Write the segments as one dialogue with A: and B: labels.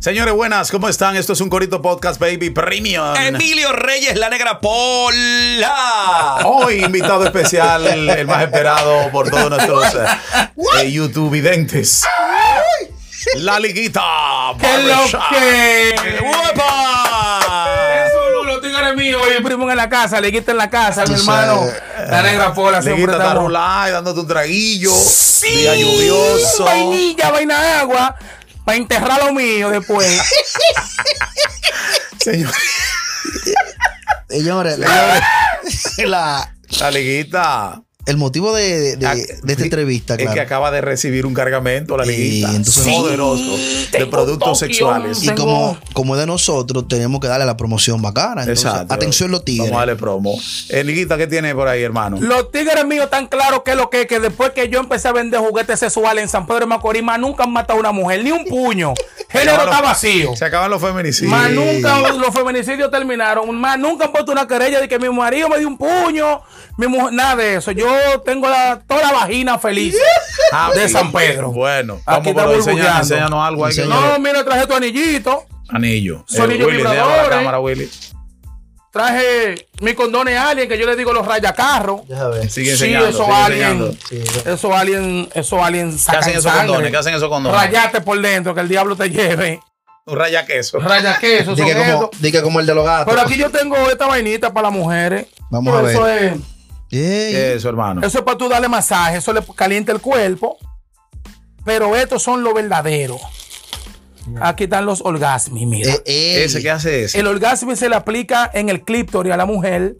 A: Señores, buenas, ¿cómo están? Esto es un Corito Podcast Baby Premium.
B: Emilio Reyes, la negra Pola.
A: Hoy invitado especial, el más esperado por todos nuestros eh, YouTube videntes. La liguita. Barbershop.
C: que?
A: ¡Uepa!
C: Eso, Lulo, tigre mío. Oye, primo en la casa, le quita en la casa, mi hermano. La negra pola, siempre
A: Liguita está
C: estamos.
A: rulada y dándote un traguillo.
C: Sí,
A: Día lluvioso.
C: Vainilla, vaina de agua. Para enterrar lo mío después.
A: Señor,
D: Eh, Señores, señores, la-
A: la liguita.
D: el motivo de, de- de- de esta entrevista,
A: Ah, es
D: claro.
A: que acaba de recibir un cargamento la
D: Sí,
A: liguita
D: entonces-
A: Sí, poderoso de
C: tengo
A: productos
C: Tokio.
A: sexuales
D: y
C: tengo-
D: como, como de nosotros, tenemos que darle la promoción bacana. Entonces,
A: Exacto.
D: atención los tigres.
A: Vamos a darle promo. Eh, liguita, ¿qué tiene por ahí, hermano?
C: Los tigres míos tan claros que lo que es que después que yo empecé a vender juguetes sexuales en San Pedro de Macorís, más nunca han matado a una mujer, ni un puño. Género
A: Acabaron-
C: está vacío.
A: Se acaban los feminicidios.
C: Más nunca los feminicidios terminaron. Más nunca han puesto una querella de que mi marido me dio un puño. Mi mujer, nada de eso. Yo tengo la, toda la vagina feliz
A: Ah,
C: de
A: sí.
C: San Pedro.
A: Bueno,
C: Aquí
A: vamos
C: está
A: por enséñanos,
C: burbujeando.
A: enséñanos algo ahí. que-
C: No, mira, traje tu anillito.
A: Anillo. Eh,
C: Son anillos
A: Willy, déjalo a la
C: vibradores.
A: cámara, Willy.
C: Traje mi condones alien, que yo le digo los rayacarros.
D: Deja ver.
A: Sigue
C: sí,
A: enseñando.
C: eso
A: sigue
C: alien.
A: enseñando.
C: Eso alien, eso alien
A: ¿Qué
C: sacan
A: hacen esos
C: sangre.
A: condones? ¿Qué hacen esos condones?
C: Rayate por dentro, que el diablo te lleve.
A: Un raya queso.
C: Raya queso,
D: Di
C: son
D: que como,
C: eso.
D: di que como el de los gatos.
C: Pero aquí yo tengo esta vainita para las mujeres.
D: Vamos
C: Pero
D: a ver.
C: Eso es,
D: Ey, eh,
A: Eso, hermano.
C: eso es para tú darle masaje, eso le calienta el cuerpo. Pero estos son los verdaderos. Aquí están los orgasmos, mira.
D: eh, ey.
A: Ese, ¿qué hace ese?
C: El orgasmo se le aplica en el clítoris a la mujer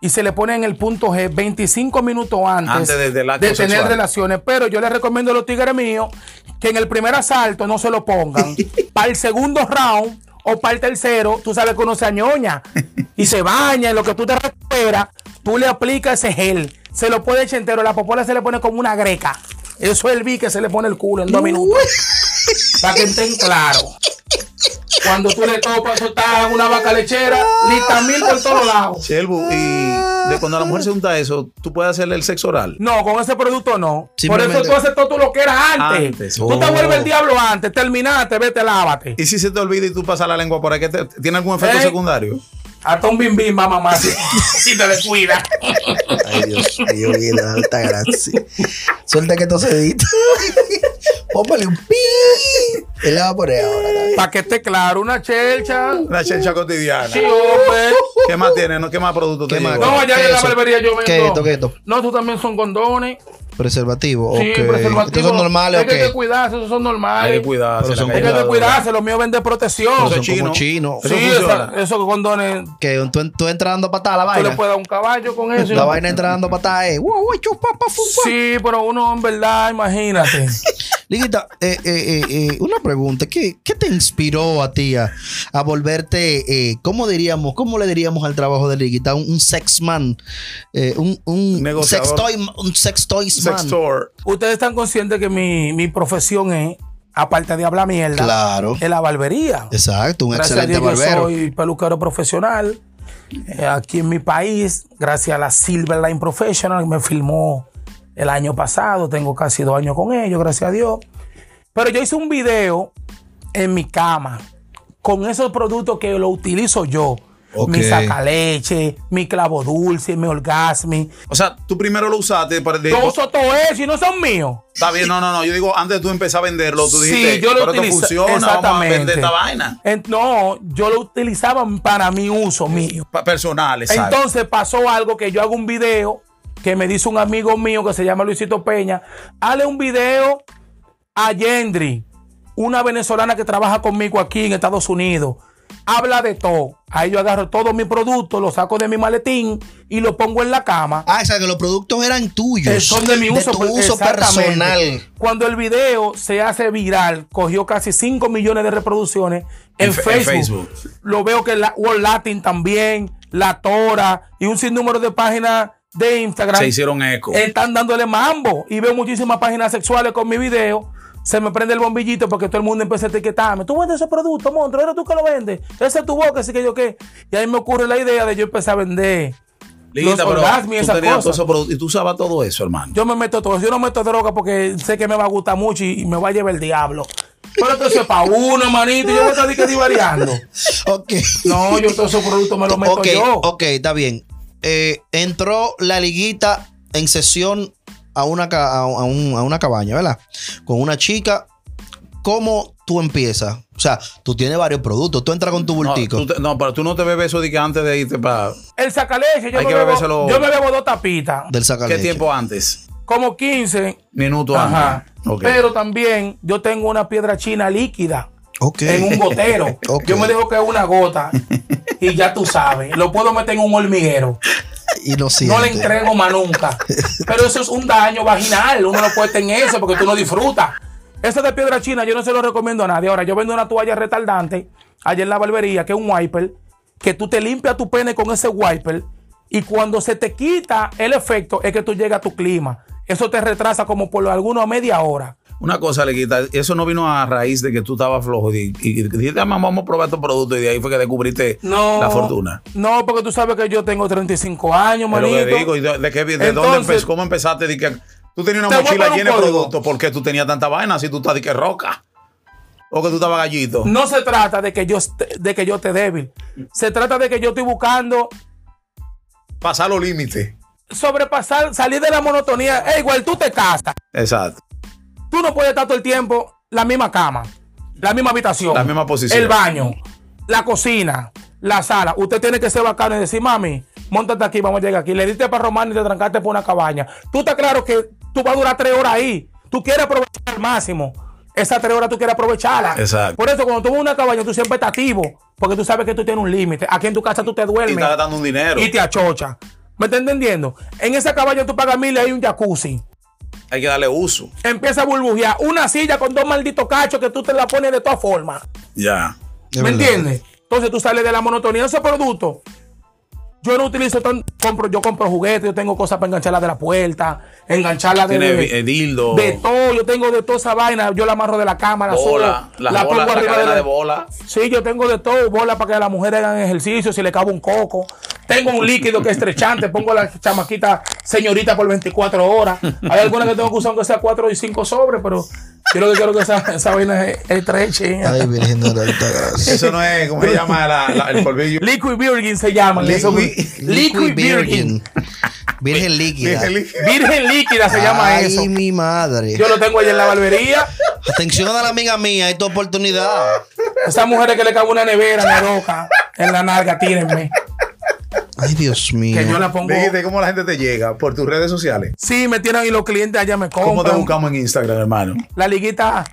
C: y se le pone en el punto G 25 minutos antes,
A: Antes de- del acto
C: de tener
A: sexual.
C: relaciones. Pero yo les recomiendo a los tigres míos que en el primer asalto no se lo pongan. para el segundo round o para el tercero, tú sabes que uno se añoña y se baña. En lo que tú te recuperas, tú le aplicas ese gel. Se lo puede echar entero. La popola se le pone como una greca. Eso es el vi que se le pone el culo en dos minutos. Para que estén claros. Cuando tú le topas, eso está en una vaca lechera, litamil por todos lados.
A: Shelbu, y de cuando la mujer se junta eso, tú puedes hacerle el sexo oral.
C: No, con ese producto no. Por
D: Simplemente-
C: eso tú haces todo tú lo que eras antes.
A: Antes.
C: Tú te
D: Oh.
C: vuelves el diablo antes, terminaste, vete, lávate.
A: Y si se te olvida y tú pasas la lengua por ahí, ¿qué te- ¿tiene algún efecto
C: Ey.
A: secundario?
C: Hasta un bim bim, mamá, mamá, si, si te descuidas.
D: Ay, Dios mío, vida, alta gracia. Suelta que esto se edita. Póngale un pi. Él le va a poner ahora. está bien.
C: Para que esté claro, una chelcha.
A: Una chencha cotidiana.
C: Sí, hombre.
A: ¿Qué más tiene? No? ¿Qué más producto
D: ¿Qué
A: te
D: más?
A: llegó?
C: No, allá en la
D: Eso.
C: barbería yo
D: ¿Qué
C: vendo.
D: esto, qué esto?
C: No, tú también son condones.
D: Preservativo.
C: Sí,
D: ok.
C: preservativos.
D: Estos son normales,
C: Hay
D: ok.
C: que cuidarse, esos son normales.
A: Hay que cuidarse.
D: Pero son
A: la
C: Hay
A: calle.
C: que
D: Cuidado,
C: cuidarse, lo mío vende protección.
D: Estos son
A: chino.
D: como chinos.
A: Eso
C: sí,
A: funciona.
C: esa- esos condones
D: Que tú, tú entras dando patada a la
C: Tú
D: vaina.
C: le puedes dar un caballo con eso.
D: La vaina entra dando eh, patada es. Wow, wow, chupa, pa, fu, fu.
C: Sí, pero uno en verdad, imagínate.
D: Liguita, eh, eh, eh, eh, una pregunta. ¿Qué, qué te inspiró a ti a, a volverte, eh, cómo diríamos, cómo le diríamos al trabajo de Liguita? Un, un sex man, eh, un, un
A: Negociador.
D: sex toy, un sex toys man.
A: Sex store.
C: Ustedes están conscientes que mi, mi profesión es, aparte de hablar mierda,
D: Claro.
C: es la barbería.
D: Exacto, un
C: Gracias
D: excelente
C: a Dios,
D: barbero.
C: Yo soy peluquero profesional. eh, aquí en mi país, gracias a la Silverline Professional, que me filmó el año pasado. Tengo casi dos años con ellos, gracias a Dios. Pero yo hice un video en mi cama con esos productos que lo utilizo yo.
D: Ok.
C: Mi sacaleche, mi clavo dulce, mi orgasmi.
A: O sea, tú primero lo usaste para de-
C: Yo uso todo eso y no son míos.
A: Está bien, no, no, no. Yo digo, antes tú empezar a venderlo, tú dijiste,
C: sí, yo lo
A: pero esto
C: utilizo.
A: funciona, vamos a
C: Exactamente.
A: vender esta vaina.
C: En- no, yo lo utilizaba para mi uso mío.
A: Pa- Personal, exacto.
C: Entonces pasó algo que yo hago un video que me dice un amigo mío que se llama Luisito Peña, hazle un video a Yendri, una venezolana que trabaja conmigo aquí en Estados Unidos. Habla de todo. Ahí yo agarro todos mis productos, los saco de mi maletín y los pongo en la cama.
D: Ah, o sea, que los productos eran tuyos.
C: Eh, son de mi uso,
D: tu
C: per-
D: uso
C: exactamente.
D: personal.
C: Cuando el video se hace viral, cogió casi 5 millones de reproducciones en,
A: En fe- en
C: Facebook. Lo veo que la World Latin también, La Tora y un sinnúmero de páginas de Instagram
A: Se hicieron eco.
C: están dándole mambo. Y veo muchísimas páginas sexuales con mi video. Se me prende el bombillito porque todo el mundo empieza a etiquetarme. Tú vendes esos productos, monstruo, eres tú que lo vendes. Esa es tu boca, así que yo qué. Y ahí me ocurre la idea de yo empezar a vender.
A: Liguita,
C: los
A: pero
C: orgasmos y
A: tú
C: esas
A: tenías
C: cosas.
A: todo eso, pero- y tú usabas todo eso, hermano.
C: Yo me meto todo. Yo no meto droga porque sé que me va a gustar mucho y y me va a llevar el diablo. Pero que eso es para uno, manito. Yo voy a estar di que divariando.
D: Ok.
C: No, yo todos esos productos me los meto
D: ok,
C: yo.
D: ok, está bien. Eh, entró la liguita en sesión a una, ca- a, a un- a una cabaña, ¿verdad? Con una chica. ¿Cómo tú empiezas? O sea, tú tienes varios productos. Tú entras con tu
A: No,
D: bultico.
A: tú te- no, pero tú no te bebes eso de que antes de irte para.
C: El sacaleche, yo,
A: Hay
C: me
A: que
C: bebo,
A: bebérselo-
C: yo me bebo dos tapitas.
D: del
A: ¿Qué
D: sacaleche.
A: tiempo antes?
C: Como 15.
A: Minuto
C: Ajá. Eh,
A: antes. Ok.
C: Pero también yo tengo una piedra china líquida
D: Ok.
C: en un gotero.
D: Ok.
C: Yo me dejo caer una gota y ya tú sabes, lo puedo meter en un hormiguero.
D: Y lo siento.
C: No le entrego más nunca. Pero eso es un daño vaginal. Uno no puede tener eso porque tú no disfrutas. Esa de piedra china yo no se lo recomiendo a nadie. Ahora, yo vendo una toalla retardante allá en la barbería, que es un wiper, que tú te limpias tu pene con ese wiper y cuando se te quita el efecto es que tú llegas a tu clima. Eso te retrasa como por alguno a media hora.
A: Una cosa, Lequita, eso no vino a raíz de que tú estabas flojo y, y- y dijiste, "Ah, mamá, vamos a probar estos productos y de ahí fue que descubriste
C: No.
A: la fortuna.
C: No, porque tú sabes que yo tengo 35 años,
A: Pero
C: manito.
A: que digo, ¿y de, de qué- de dónde
C: Entonces-
A: empezó? ¿Cómo empezaste? De que tú tenías una
C: Te voy a
A: mochila
C: poner un
A: llena de
C: código.
A: productos, ¿por qué tú tenías tanta vaina si tú estás de que roca? ¿O que tú estabas gallito?
C: No se trata de que yo esté- de que yo esté débil. Se trata de que yo estoy buscando
A: Pasar los límites.
C: sobrepasar, salir de la monotonía. Es igual, tú te casas.
A: Exacto.
C: Tú no puedes estar todo el tiempo la misma cama, la misma habitación,
A: La misma posición.
C: el baño, la cocina, la sala. Usted tiene que ser bacano y decir, mami, montate aquí, vamos a llegar aquí. Le diste para Román y te trancaste por una cabaña. Tú estás claro que tú vas a durar tres horas ahí. Tú quieres aprovechar al máximo. Esas tres horas tú quieres aprovecharlas.
A: Exacto.
C: Por eso, cuando tú vas a una cabaña, tú siempre estás activo. Porque tú sabes que tú tienes un límite. Aquí en tu casa tú te
A: Y
C: duermes
A: estás gastando un dinero.
C: y te achocha. ¿Me está entendiendo? En esa cabaña tú pagas mil y hay un jacuzzi.
A: Hay que darle uso.
C: Empieza a burbujear. Una silla con dos malditos cachos que tú te la pones de todas formas.
A: Ya.
D: Es
C: ¿Me
D: verdad.
C: entiendes? Entonces tú sales de la monotonía de ese producto. Yo no utilizo tan. Compro, yo compro juguetes, yo tengo cosas para engancharlas de la puerta, engancharlas de.
A: Tiene eh, dildo.
C: de todo, yo tengo de toda esa vaina, yo la amarro de la cámara,
A: bola. Las bolas, la cadena de bola.
C: Sí, yo tengo de todo, bola para que las mujeres hagan ejercicio, si le cabe un coco. Tengo un líquido que es estrechante, pongo la chamaquita señorita por 24 horas. Hay algunas que tengo que usar aunque sea 4 y 5 sobres, pero yo lo que quiero que esa, esa vaina es estreche.
D: Ay, Virgen de la Altagracia.
A: Eso no es, ¿cómo se llama la- la- el polvillo?
C: Liquid Virgin se llama.
A: Liquid-
C: Liquid Virgin.
D: Virgen líquida.
C: Virgen líquida se llama
D: Ay,
C: eso.
D: mi madre.
C: Yo lo tengo ahí en la barbería.
D: Atención a la amiga mía, esta oportunidad.
C: Esas mujeres que le cabe una nevera, una roca en la nalga, tírenme.
D: Ay, Dios mío.
C: Que yo la pongo.
A: Dijiste cómo la gente te llega por tus redes sociales.
C: Sí, me tiran y los clientes allá me
A: ¿Cómo te
C: compran.
A: buscamos en Instagram, hermano?
C: La liguita.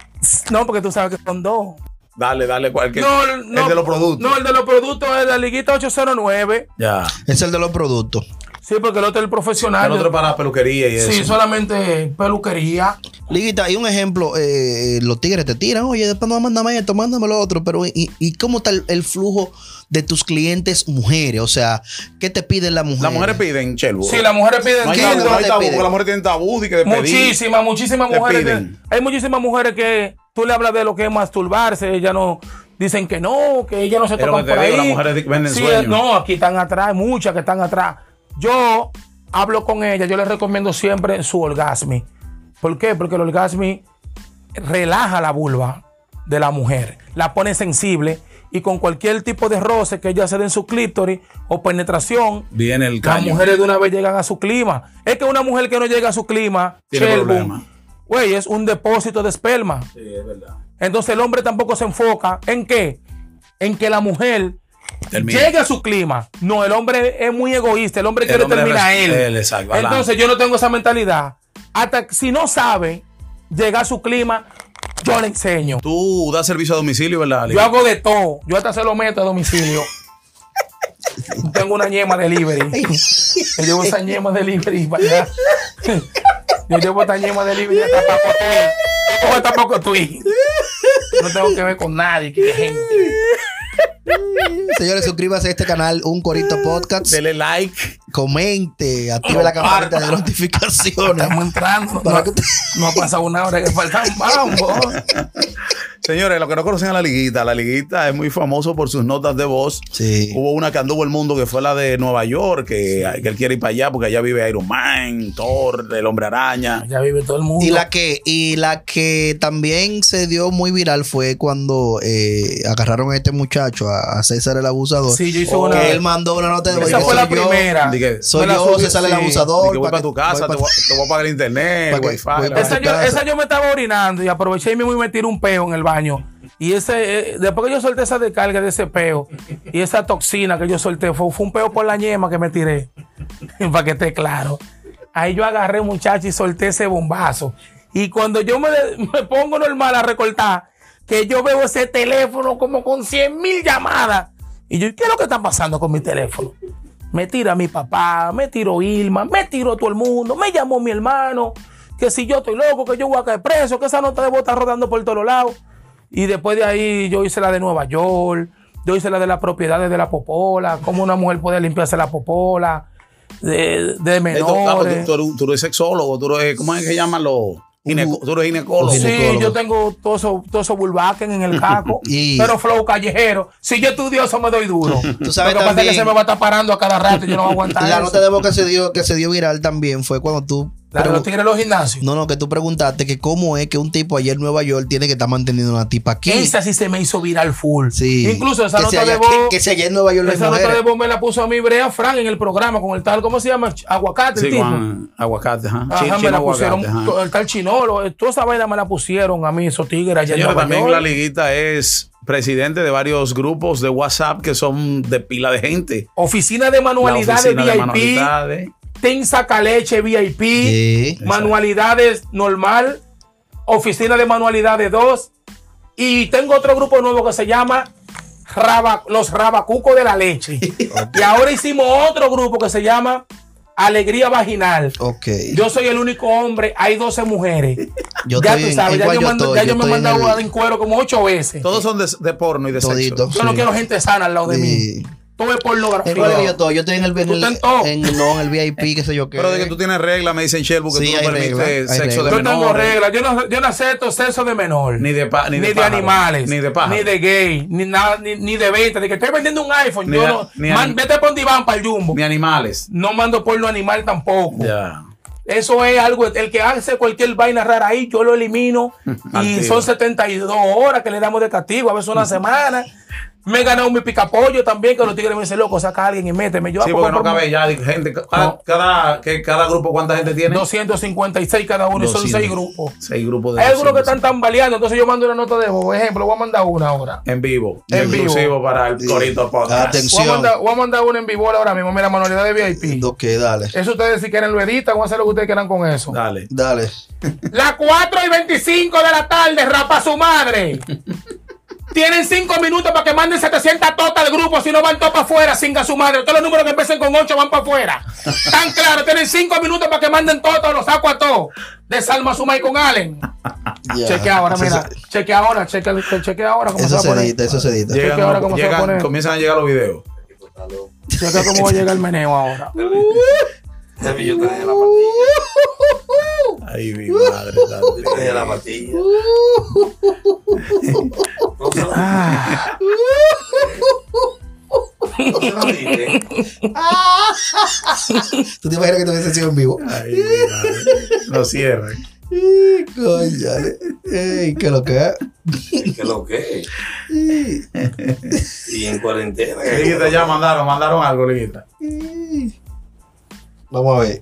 C: No, porque tú sabes que son dos.
A: Dale, dale cualquier.
C: No,
A: el
C: no,
A: de los productos.
C: No, el de los productos es la liguita 809.
A: Ya.
D: Es el de los productos.
C: Sí, porque el otro es el profesional.
A: El otro para peluquería y eso.
C: sí, solamente peluquería.
D: Liguita, y un ejemplo, eh, los tigres te tiran, oye, después no mándame esto, mándame lo otro, pero ¿y, y cómo está el, el flujo de tus clientes mujeres? O sea, ¿qué te piden las mujeres?
A: Las mujeres piden chelbo.
C: Sí, las mujeres piden
A: No hay
D: ¿Qué
A: tabú,
D: no
A: no
C: dildo.
A: hay
D: te
A: tabú.
D: piden?
A: Las mujeres tienen tabú de que de pedir.
C: Muchísimas, muchísimas
A: Te
C: mujeres.
A: piden.
C: que- hay muchísimas mujeres que tú le hablas de lo que es masturbarse, ellas no dicen que no, que ellas no se
A: Es lo
C: tocan
A: que te
C: por
A: digo,
C: ahí.
A: las mujeres di- venden
C: Sí, eh,
A: sueños.
C: No, aquí están atrás, muchas que están atrás. Yo hablo con ellas, yo les recomiendo siempre su orgasmi. ¿Por qué? Porque el orgasmi relaja la vulva de la mujer, la pone sensible y con cualquier tipo de roce que ella se dé en su clítoris o penetración,
A: Viene el
C: las
A: caño.
C: mujeres de una vez llegan a su clima. Es que una mujer que no llega a su clima,
A: Tiene
C: Shelburne,
A: problema.
C: Güey, es un depósito de esperma. Entonces el hombre tampoco se enfoca en qué? En que la mujer
A: Termine.
C: llegue a su clima. No, el hombre es muy egoísta. El hombre
A: El
C: quiere
A: hombre
C: terminar
A: res-
C: él.
A: él, exacto, adelante.
C: Entonces yo no tengo esa mentalidad. Hasta que- si no sabe llegar a su clima, yo le enseño.
A: Tú das servicio a domicilio, ¿verdad? Ale?
C: Yo hago de todo. Yo hasta se lo meto a domicilio. Tengo una ñema delivery. Yo llevo esa ñema delivery para allá. Yo llevo esta ñema delivery hasta Pacotui. Yo cojo hasta Pacotui. No tengo que ver con nadie, que hay gente.
D: Señores, suscríbase a este canal, Un Corito Podcast.
A: Dele like.
D: comente,
C: Oh,
D: active la campanita de notificaciones.
C: Estamos entrando.
D: Para
C: No,
D: que te-
C: no ha pasado una hora que falta un bombo.
A: Señores, los que no conocen a la liguita, la liguita es muy famoso por sus notas de voz.
D: Sí.
A: Hubo una que anduvo el mundo que fue la de Nueva York, que, que él quiere ir para allá porque allá vive Iron Man, Thor, el hombre araña.
C: Ya vive todo el mundo.
D: Y la que, y la que también se dio muy viral fue cuando eh, agarraron a este muchacho, a, a César el abusador.
C: Sí, yo hice
D: Que
C: una.
D: él mandó una nota de
C: Esa
D: oye,
C: fue la
D: soy yo,
C: primera.
A: Dije,
D: Soy
C: Fue la
D: yo,
C: suya,
D: César el
C: sí.
A: dije,
D: abusador.
A: voy para
D: que-
A: tu casa,
D: voy pa'
A: te, voy, te voy a pagar el internet,
D: Pa' que-
A: wifi.
D: voy
A: la-
D: pa'
C: Esa
D: tu
C: yo,
D: casa.
C: esa yo me estaba orinando y aproveché y me iba a meter un peo en el baño. Y ese, eh, después que yo solté esa descarga de ese peo y esa toxina que yo solté, fue, fue un peo por la ñema que me tiré. Para que esté claro. Ahí yo agarré, muchacho, y solté ese bombazo. Y cuando yo me, me pongo normal a recortar, que yo veo ese teléfono como con 100 mil llamadas. Y yo, ¿qué es lo que está pasando con mi teléfono? Me tira mi papá, me tiró Irma, me tiró todo el mundo, me llamó mi hermano, que si yo estoy loco, que yo voy a caer preso, que esa nota de voz está rodando por todos lados. Y después de ahí yo hice la de Nueva York, yo hice la de las propiedades de la popola, cómo una mujer puede limpiarse la popola, de, de
A: Esto, ah, pues, tú,
C: menores.
A: tú eres- tú eres sexólogo, tú eres, ¿cómo es que llaman los? gineco- tú eres ginecólogo.
D: Los
C: Sí,
D: ginecólogos.
C: yo tengo todo eso, todo eso bulbaquen en el caco,
D: Y-
C: pero flow callejero. Si yo estudioso me doy duro.
D: Tú sabes
C: Lo que pasa es que
D: también-
C: se me va a estar parando a cada rato y yo no voy a aguantar.
D: La
C: eso.
D: nota de voz que se dio, que se dio viral también fue cuando tú.
C: La de
D: pregun-
C: los tigres de los gimnasios.
D: no, no, que tú preguntaste que cómo es que un tipo allá en Nueva York tiene que estar manteniendo una tipa aquí.
C: Esa sí se me hizo viral full.
D: Sí.
C: Incluso esa
D: Que
C: nota
D: si allá-
C: de voz.
D: Que, que si allá en Nueva York las
C: esa nota
D: mujeres.
C: de voz me la puso a mi Brea Frank en el programa con el tal, ¿cómo se llama? Ch- Aguacate, el
A: Sí,
C: tipo.
A: Juan, aguacate, ajá.
C: Ajá,
A: Chi-
C: me
A: chino
C: la
A: aguacate,
C: pusieron,
A: ajá.
C: to- el tal chinolo, eh, toda esa vaina me la pusieron a mí, esos tigres allá en
A: Señores,
C: Nueva
A: también
C: York.
A: la liguita es presidente de varios grupos de WhatsApp que son de pila de gente.
C: Oficina de
A: La
C: manualidades
A: oficina de
C: VIP,
A: manualidades.
C: Tensa Caleche VIP,
D: Sí.
C: manualidades normal, oficina de manualidades 2 y tengo otro grupo nuevo que se llama Raba- Los Rabacucos de la Leche. y ahora hicimos otro grupo que se llama Alegría Vaginal.
D: Ok.
C: Yo soy el único hombre, hay 12 mujeres.
D: Yo
C: ya
D: estoy
C: tú
D: en-
C: sabes,
D: ¿en
C: ya
D: cuál
C: yo,
D: yo
C: mando-
D: estoy?
C: ya
D: Yo
C: yo me he
D: estoy en
C: mandado
D: el-
C: en cuero como 8 veces.
A: Todos son de, de porno y de
D: Todito.
A: sexo.
C: yo no
D: sí.
C: quiero gente sana al lado de
D: Sí.
C: mí. Todo es pornografía.
D: ¿En cuál es que yo estoy? Yo estoy en el, en
C: Tú
D: el-
C: estás en todo.
D: en- no, en el VIP, qué sé yo qué.
A: Pero de que tú tienes reglas, me dicen Shelbu, que
D: Sí,
A: tú no
D: hay
A: permites
D: regla, hay
A: sexo
D: regla.
A: de
C: Yo tengo
A: menores.
C: reglas. Yo no, yo no acepto sexo de menor.
A: Ni de pa- ni de pájaro.
C: animales.
A: Ni de pájaro.
C: gay. Ni, nada, ni, ni de venta. De que estoy vendiendo un iPhone.
A: Ni
C: yo
A: de-
C: no,
A: ni
C: man,
A: ani-
C: vete por un diván para el jumbo.
A: Ni animales.
C: no mando porno animal tampoco.
A: Ya.
C: Eso es algo. El que hace cualquier vaina rara ahí, yo lo elimino. y
A: Activo.
C: son 72 horas que le damos de castigo. A veces una semana. Me he ganado mi picapollo también, que los tigres me dicen, loco, saca a alguien y méteme. Yo
A: Sí,
C: ah,
A: porque no
C: por-
A: cabe ya di- gente. Cada,
C: No.
A: cada, que, cada grupo, ¿cuánta gente tiene?
C: 256 cada uno y son
A: 200.
C: seis grupos.
A: Seis grupos de
C: Hay algunos que
A: 200.
C: están tambaleando, entonces yo mando una nota de voz. Ejemplo, voy a mandar una ahora.
A: En vivo.
C: En vivo.
A: Exclusivo para el Torito Podcast.
D: Atención.
C: Voy a, mandar, voy a mandar una en vivo ahora mismo. Mira, manualidad de VIP.
D: Ok, dale.
C: Eso ustedes si quieren lo editan, van a hacer lo que ustedes quieran con eso.
A: Dale.
D: Dale.
C: Las 4 y 25 de la tarde, rapa su madre. Tienen 5 minutos para que manden 700 totas al grupo. Si no van todos para afuera, singa su madre. Todos los números que empiecen con 8 van para afuera. Tan claro, tienen 5 minutos para que manden totas. Los saco a todos. Desalma su madre con Allen.
D: Ya.
C: Cheque ahora,
D: Eso
C: mira.
D: se-
C: Cheque ahora, cheque, cheque ahora. ¿cómo
D: Eso
C: se
D: se
C: va a poner.
D: edita, eso se edita.
A: Llegan,
C: ahora cómo se va a
A: llegan-
C: poner.
A: comienzan a llegar los videos.
C: Checa cómo va a llegar el meneo ahora.
E: El billete de la patilla.
A: Ay, mi madre.
E: El billete de
A: dale.
E: la patilla. No se lo- No se lo dije.
D: ¿Tú te imaginas que te hubiese sido en vivo?
A: Ay, mi madre. Lo cierran.
D: Ay, coño, dale. Ey, ¿Qué lo que es?
E: Que lo que. Y en cuarentena.
D: Eh,
A: Liguita, ya mandaron, mandaron algo, Liguita.
D: Vamos a ver.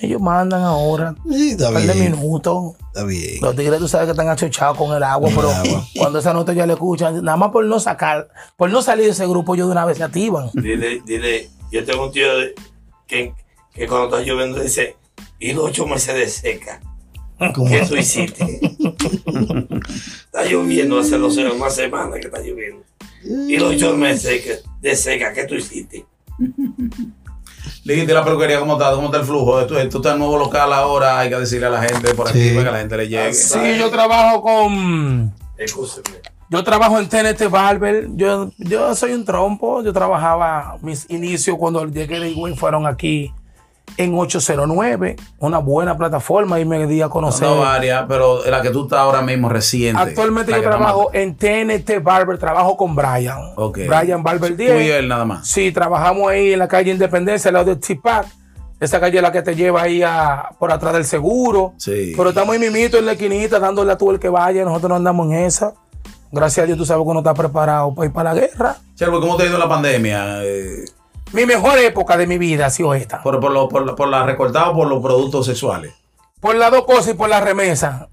C: Ellos mandan ahora.
D: Sí, Está
C: Un par de
D: bien.
C: minutos.
D: Está bien.
C: Los tigres, tú sabes que están achochados con el agua,
D: Con
C: pero
D: el agua.
C: cuando esa nota ya le escuchan, nada más por no sacar, por no salir de ese grupo, ellos de una vez se activan.
E: Dile, dile, yo tengo un tío de- que, que cuando está lloviendo dice, y los ocho meses de seca.
D: ¿Cómo?
E: ¿Qué tú hiciste? está lloviendo hace dos semanas, una semana que está lloviendo. Y los ocho meses de- de seca, ¿qué tú hiciste?
A: Liguita, ¿y la peluquería cómo está? ¿Cómo está el flujo? Esto, esto está en nuevo local ahora, hay que decirle a la gente por
D: Sí.
A: aquí para que la gente le llegue.
E: Sí, yo
C: trabajo con.
E: Escúcheme.
C: Yo Yo trabajo en TNT Barber. Yo, yo soy un trompo. Yo trabajaba mis inicios cuando llegué de Higüey fueron aquí en 809, una buena plataforma y me di a conocer.
A: No varias, pero la que tú estás ahora mismo reciente.
C: Actualmente
A: la
C: yo
A: que nada más-
C: trabajo en TNT Barber, trabajo con Brian.
A: Ok.
C: Brian Barber
A: Tú y
C: 10.
A: él nada más.
C: Sí, trabajamos ahí en la calle Independencia, al lado de Tipac. Esa calle es la que te lleva ahí a, por atrás del seguro.
A: Sí.
C: Pero estamos ahí mimito en la esquinita, dándole a tú el que vaya. Nosotros no andamos en esa. Gracias a Dios, tú sabes que uno está preparado para ir para la guerra.
A: Sherwood, ¿cómo te ha ido la pandemia? Eh,
C: Mi mejor época de mi vida ha sido esta.
A: por, por, lo- por, la- por la recortada o por los productos sexuales.
C: Por las dos cosas y por la remesa.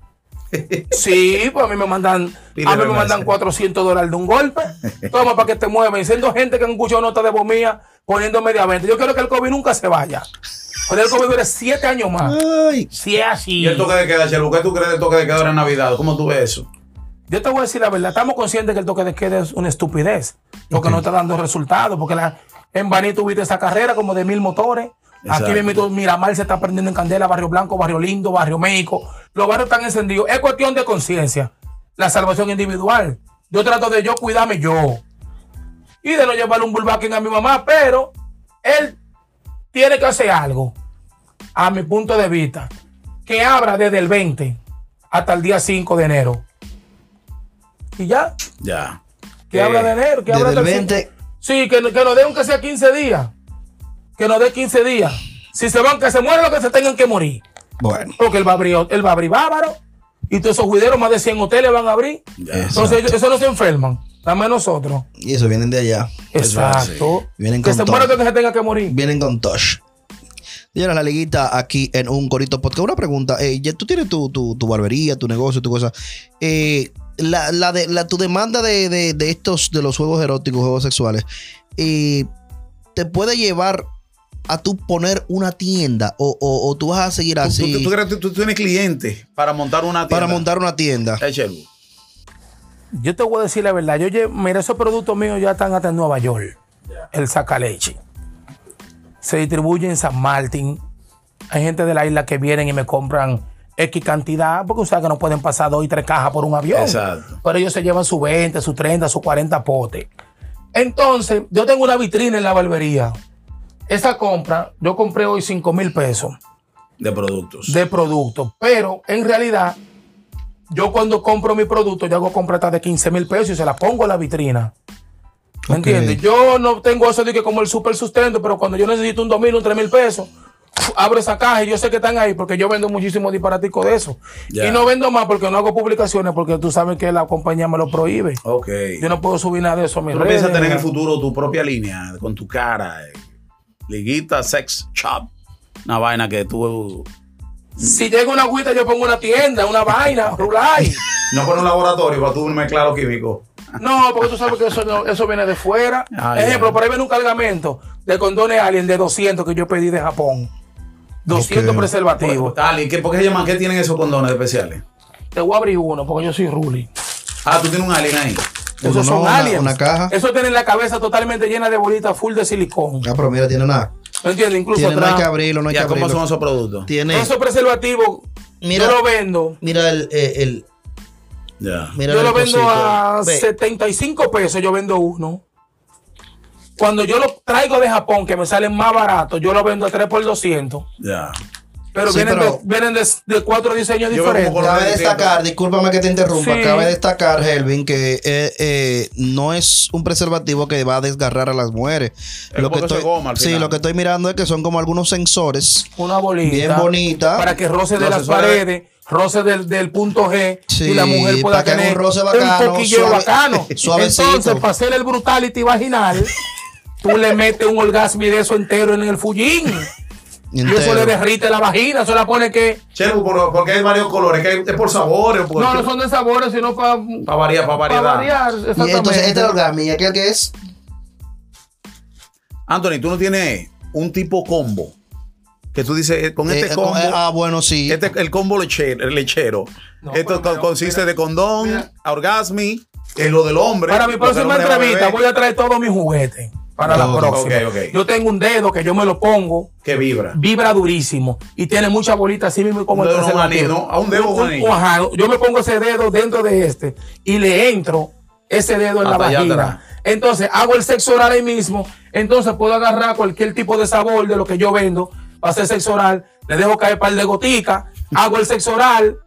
C: Sí, pues a mí me mandan,
A: Pide
C: a mí me
A: remesa.
C: mandan 400 dólares de un golpe. Toma para que te muevan. Y siendo gente que han escuchado nota de bomía poniéndome de Yo quiero que el COVID nunca se vaya. Pero el COVID dure siete años más.
D: Ay,
C: Si es así.
A: Ah. ¿Y el toque de queda, Sherwood? ¿Qué tú crees del toque de queda ahora en Navidad? ¿Cómo tú ves eso?
C: Yo te voy a decir la verdad, estamos conscientes que el toque de queda es una estupidez, porque no está dando resultados, porque la, en Baní tuviste esa carrera como de mil motores.
A: Exacto.
C: Aquí mismo Miramar se está prendiendo en candela, Barrio Blanco, Barrio Lindo, Barrio México. Los barrios están encendidos. Es cuestión de conciencia, la salvación individual. Yo trato de yo cuidarme yo y de no llevarle un bullbacking a mi mamá, pero él tiene que hacer algo, a mi punto de vista, que abra desde el 20 hasta el día 5 de enero. Y ya,
A: Ya.
C: que
D: Eh,
C: abra de enero, que abra
D: desde el
C: hasta el 5.
D: 20.
C: Sí, que, que nos dé aunque sea 15 días. Que nos dé 15 días. Si se van, que se mueran los que se tengan que morir.
D: Bueno.
C: Porque él va a abrir, él va a abrir bávaro. Y todos esos juideros, más de 100 hoteles van a abrir.
A: Ya.
C: Entonces, ellos- eso no se enferman. Dame nosotros.
D: Y eso, vienen de allá.
C: Exacto.
D: Vienen
C: Que
D: con
C: se
D: todo.
C: muera que se tenga que morir.
D: Vienen con Tosh. Señora la liguita aquí en un corito podcast. Una pregunta. eh, ya tú tienes tu, tu- tu barbería, tu negocio, tu cosa. Eh, la, la de, la- tu demanda de, de- de estos, de los juegos eróticos, juegos sexuales, eh, te puede llevar a tú poner una tienda o, o- o tú vas a seguir
A: ¿Tú, tú-
D: así
A: tú crees que tú, tú tienes clientes para montar una tienda?
D: para montar una tienda.
A: Eh, Sherwood.
C: Yo te voy a decir la verdad. Yo, lle- mira, esos productos míos ya están hasta en Nueva York. El sacaleche. Se distribuye en San Martín. Hay gente de la isla que vienen y me compran X cantidad, porque ustedes que no pueden pasar dos y tres cajas por un avión.
A: Exacto.
C: Pero ellos se llevan su 20, su 30, su 40 potes. Entonces, yo tengo una vitrina en la barbería. Esa compra, yo compré hoy 5 mil pesos
A: De productos.
C: de producto. Pero en realidad, yo cuando compro mi producto, yo hago compras de 15 mil pesos y se las pongo en la vitrina. ¿Me
D: Ok.
C: entiendes? Yo no tengo eso de que como el super sustento, pero cuando yo necesito un 2 mil, un 3 mil pesos, abro esa caja y yo sé que están ahí porque yo vendo muchísimos disparaticos de eso.
A: Ya.
C: Y no vendo más porque no hago publicaciones porque tú sabes que la compañía me lo prohíbe.
A: Ok.
C: Yo no puedo subir nada de eso a mis
A: ¿Tú no piensas
C: redes,
A: tener en el
C: ni-
A: futuro tu propia línea con tu cara? eh? Liguita, sex shop. Una vaina que tú.
C: Si llega una agüita, yo pongo una tienda, una vaina, rural.
A: No con un laboratorio para tú mezclar los químicos.
C: No, porque tú sabes que eso, no- eso viene de fuera.
A: Ah,
C: Ejemplo,
A: ya.
C: por ahí viene un cargamento de condones alien de 200 que yo pedí de Japón. 200
D: Ok.
C: preservativos.
A: Ali, ¿qué, ¿por qué se llaman? ¿Qué tienen esos condones especiales?
C: Te voy a abrir uno porque yo soy Ruli.
A: Ah, tú tienes un alien ahí.
C: Esos
D: Uno no,
C: son
D: una-
C: aliens.
D: una caja.
C: Eso tienen la cabeza totalmente llena de bolitas full de silicón.
D: Ah, pero mira, tiene nada.
C: ¿Me entiendes? Incluso
D: Tiene, no hay que
C: atrás.
D: abrirlo, no hay que
A: ya, ¿cómo Ah, son
D: abrirlo.
A: esos productos?
D: Tiene.
C: Esos preservativos
D: Mira.
C: yo lo vendo.
D: Mira el. eh, el-
A: Ya.
D: mira
C: Yo
D: el
C: lo vendo
D: cosito.
C: a
D: Ve.
C: 75 pesos, yo vendo uno. Cuando yo lo traigo de Japón, que me salen más barato, yo lo vendo a 3 por 200.
A: Ya.
C: Pero
D: Sí,
C: vienen,
D: pero-
C: de, vienen de, de cuatro
A: Yo
C: diseños
A: veo como
C: diferentes.
A: color-
D: Cabe destacar, discúlpame que te interrumpa,
C: Sí.
D: cabe destacar, Helvin, que eh, eh, no es un preservativo que va a desgarrar a las mujeres.
A: Es
D: Lo que
A: porque eso
D: estoy,
A: es goma al
D: sí,
A: final.
D: lo que estoy mirando es que son como algunos sensores.
C: Una bolita.
D: Bien bonita.
C: Para que roce de
A: Los
C: las
A: asesores-
C: paredes, roce del, del punto G.
D: Sí,
C: y la mujer pueda
D: para que haga un
C: tener
D: roce bacano,
C: un coquilleo
D: suave-
C: bacano.
D: suavecito.
C: Entonces, para hacer el brutality vaginal, tú le metes un orgasmo y de eso entero en el fullín. Y eso
D: enteros.
C: le derrite la vagina, eso la pone que.
A: Chelu, ¿por, por qué hay varios colores? ¿Que hay- ¿Es por sabores? o por
C: No, no son de sabores, sino para
A: Para variar, para variedad.
C: variar.
D: Y entonces, este es el
C: Exactamente.
D: orgasmo, ¿y aquel que es?
A: Anthony, tú no tienes un tipo combo. Que tú dices, eh, con
D: Eh,
A: este
D: eh,
A: combo.
D: eh, ah, bueno, sí.
A: este- el combo lechero. el lechero.
C: No,
A: Esto
C: pero mira,
A: co- consiste
C: mira,
A: de condón,
C: mira.
A: orgasmi, eh, lo del hombre.
C: Para mi
A: lo que el
C: próxima
A: hombre va a
C: entrevista
A: beber,
C: voy a traer todos mis juguetes. Para
D: Ok,
C: la próxima.
A: ok, ok.
C: Yo tengo un dedo que yo me lo pongo,
A: Que vibra.
C: vibra durísimo y tiene muchas bolitas así mismo como
A: Un dedo, un
C: preservativo.
A: anillo, ¿no? A un dedo, un anillo.
C: ajá, yo me pongo ese dedo dentro de este y le entro ese dedo en la
A: Hasta allá atrás.
C: vagina. Entonces hago el sexo oral ahí mismo. Entonces puedo agarrar cualquier tipo de sabor de lo que yo vendo para hacer sexo oral. Le dejo caer par de goticas. Hago el sexo oral.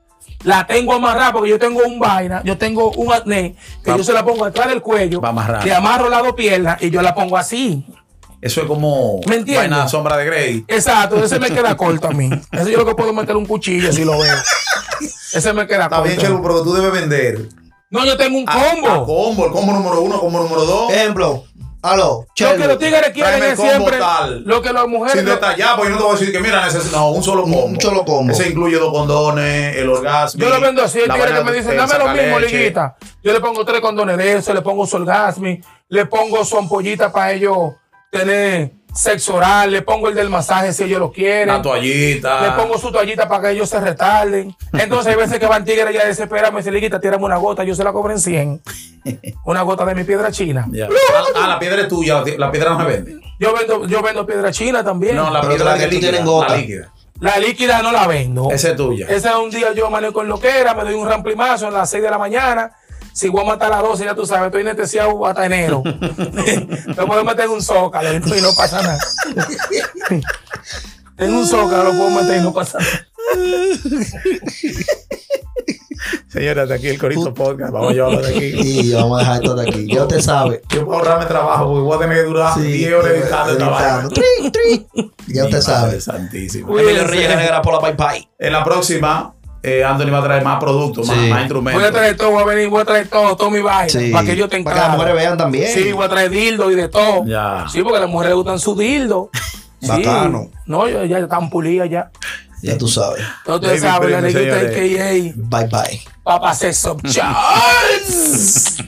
C: La tengo amarrada porque yo tengo un vaina. Yo tengo un acné que
A: Va-
C: yo se la pongo atrás del cuello.
A: Va amarrada.
C: Le amarro las dos piernas y yo la pongo así.
A: Eso es como
C: ¿Me entiendes?
A: vaina de sombra de Grey.
C: Exacto, ese me queda corto a mí. Ese yo lo que puedo meter un cuchillo si lo veo. Ese me queda
A: Está bien, Chelu, Ah,
C: corto.
A: pero tú debes vender.
C: No, yo tengo un
A: A- a
C: combo.
A: combo, el combo número uno, combo número dos.
D: Ejemplo. Aló.
C: Lo que
D: Chelo.
C: los tigres quieren
A: Tráeme el
C: es
A: combo
C: siempre
A: tal.
C: lo que las mujeres.
A: sin detallar, porque yo no te voy a decir que mira, necesito. No, un solo combo.
D: Un solo combo.
A: Ese incluye dos condones, el orgasmo.
C: Yo lo vendo así, el
A: la
C: tigre
A: vaina
C: que me
A: de-
C: dice,
A: el
C: dame lo mismo,
A: sacaleche".
C: liguita. Yo le pongo tres condones de eso, le pongo su orgasmi, le pongo su ampollita para ellos tener sexo oral, le pongo el del masaje si ellos lo quieren.
A: Una toallita.
C: Le pongo su toallita para que ellos se retarden. Entonces hay veces que van tigres ya desesperados, me dicen, Liguita, tírame una gota, yo se la cobro en 100. Una gota de mi piedra china.
A: Ya. Ah, la piedra es tuya, la, la piedra no se vende.
C: Yo vendo, yo vendo piedra china también.
A: No, la
D: Pero
A: piedra
D: la que
A: es
D: tú
A: líquida,
D: tienes gota.
A: la líquida.
C: La líquida no la vendo.
A: Esa Oh. es tuya.
C: Ese es un día yo manejo con lo que era, me doy un ramplimazo a las 6 de la mañana. Si voy a matar a las 12, ya tú sabes, estoy anestesiado hasta enero. Lo puedo meter en un zócalo y no- y no pasa nada. en un zócalo lo puedo meter y no pasa nada.
A: Señora, de aquí el Corito Podcast. Vamos a llevarlo de aquí.
D: Y vamos a dejar esto de aquí. Ya te sabe.
A: Yo puedo ahorrarme trabajo porque voy a tener que durar 10 horas Ah, editando esta vaina.
D: Tri, tri. Ya
A: Mi
D: te
A: madre
D: sabe.
A: santísima.
B: Emilio Reyes, la
C: Cuídense.
B: negra pola, bye bye.
A: En la próxima, eh, Anthony va a traer más productos, más,
D: Sí.
A: más
C: Voy a
A: instrumentos.
C: traer todo, voy a venir, voy a traer todo, todo mi baile. Para que yo tenga.
D: Para que las mujeres vean también.
C: Sí, voy a traer dildo y de todo.
A: Ya.
C: Sí, porque a las mujeres les gustan su dildo. Sí.
D: Bacano.
C: No, ya, ya están pulidas ya.
D: Ya tú sabes.
C: Entonces ustedes
A: Baby
C: saben, la
A: primo,
C: negrita
A: señores.
C: AKA,
D: Bye bye.
C: Papa Sex Shop Charles.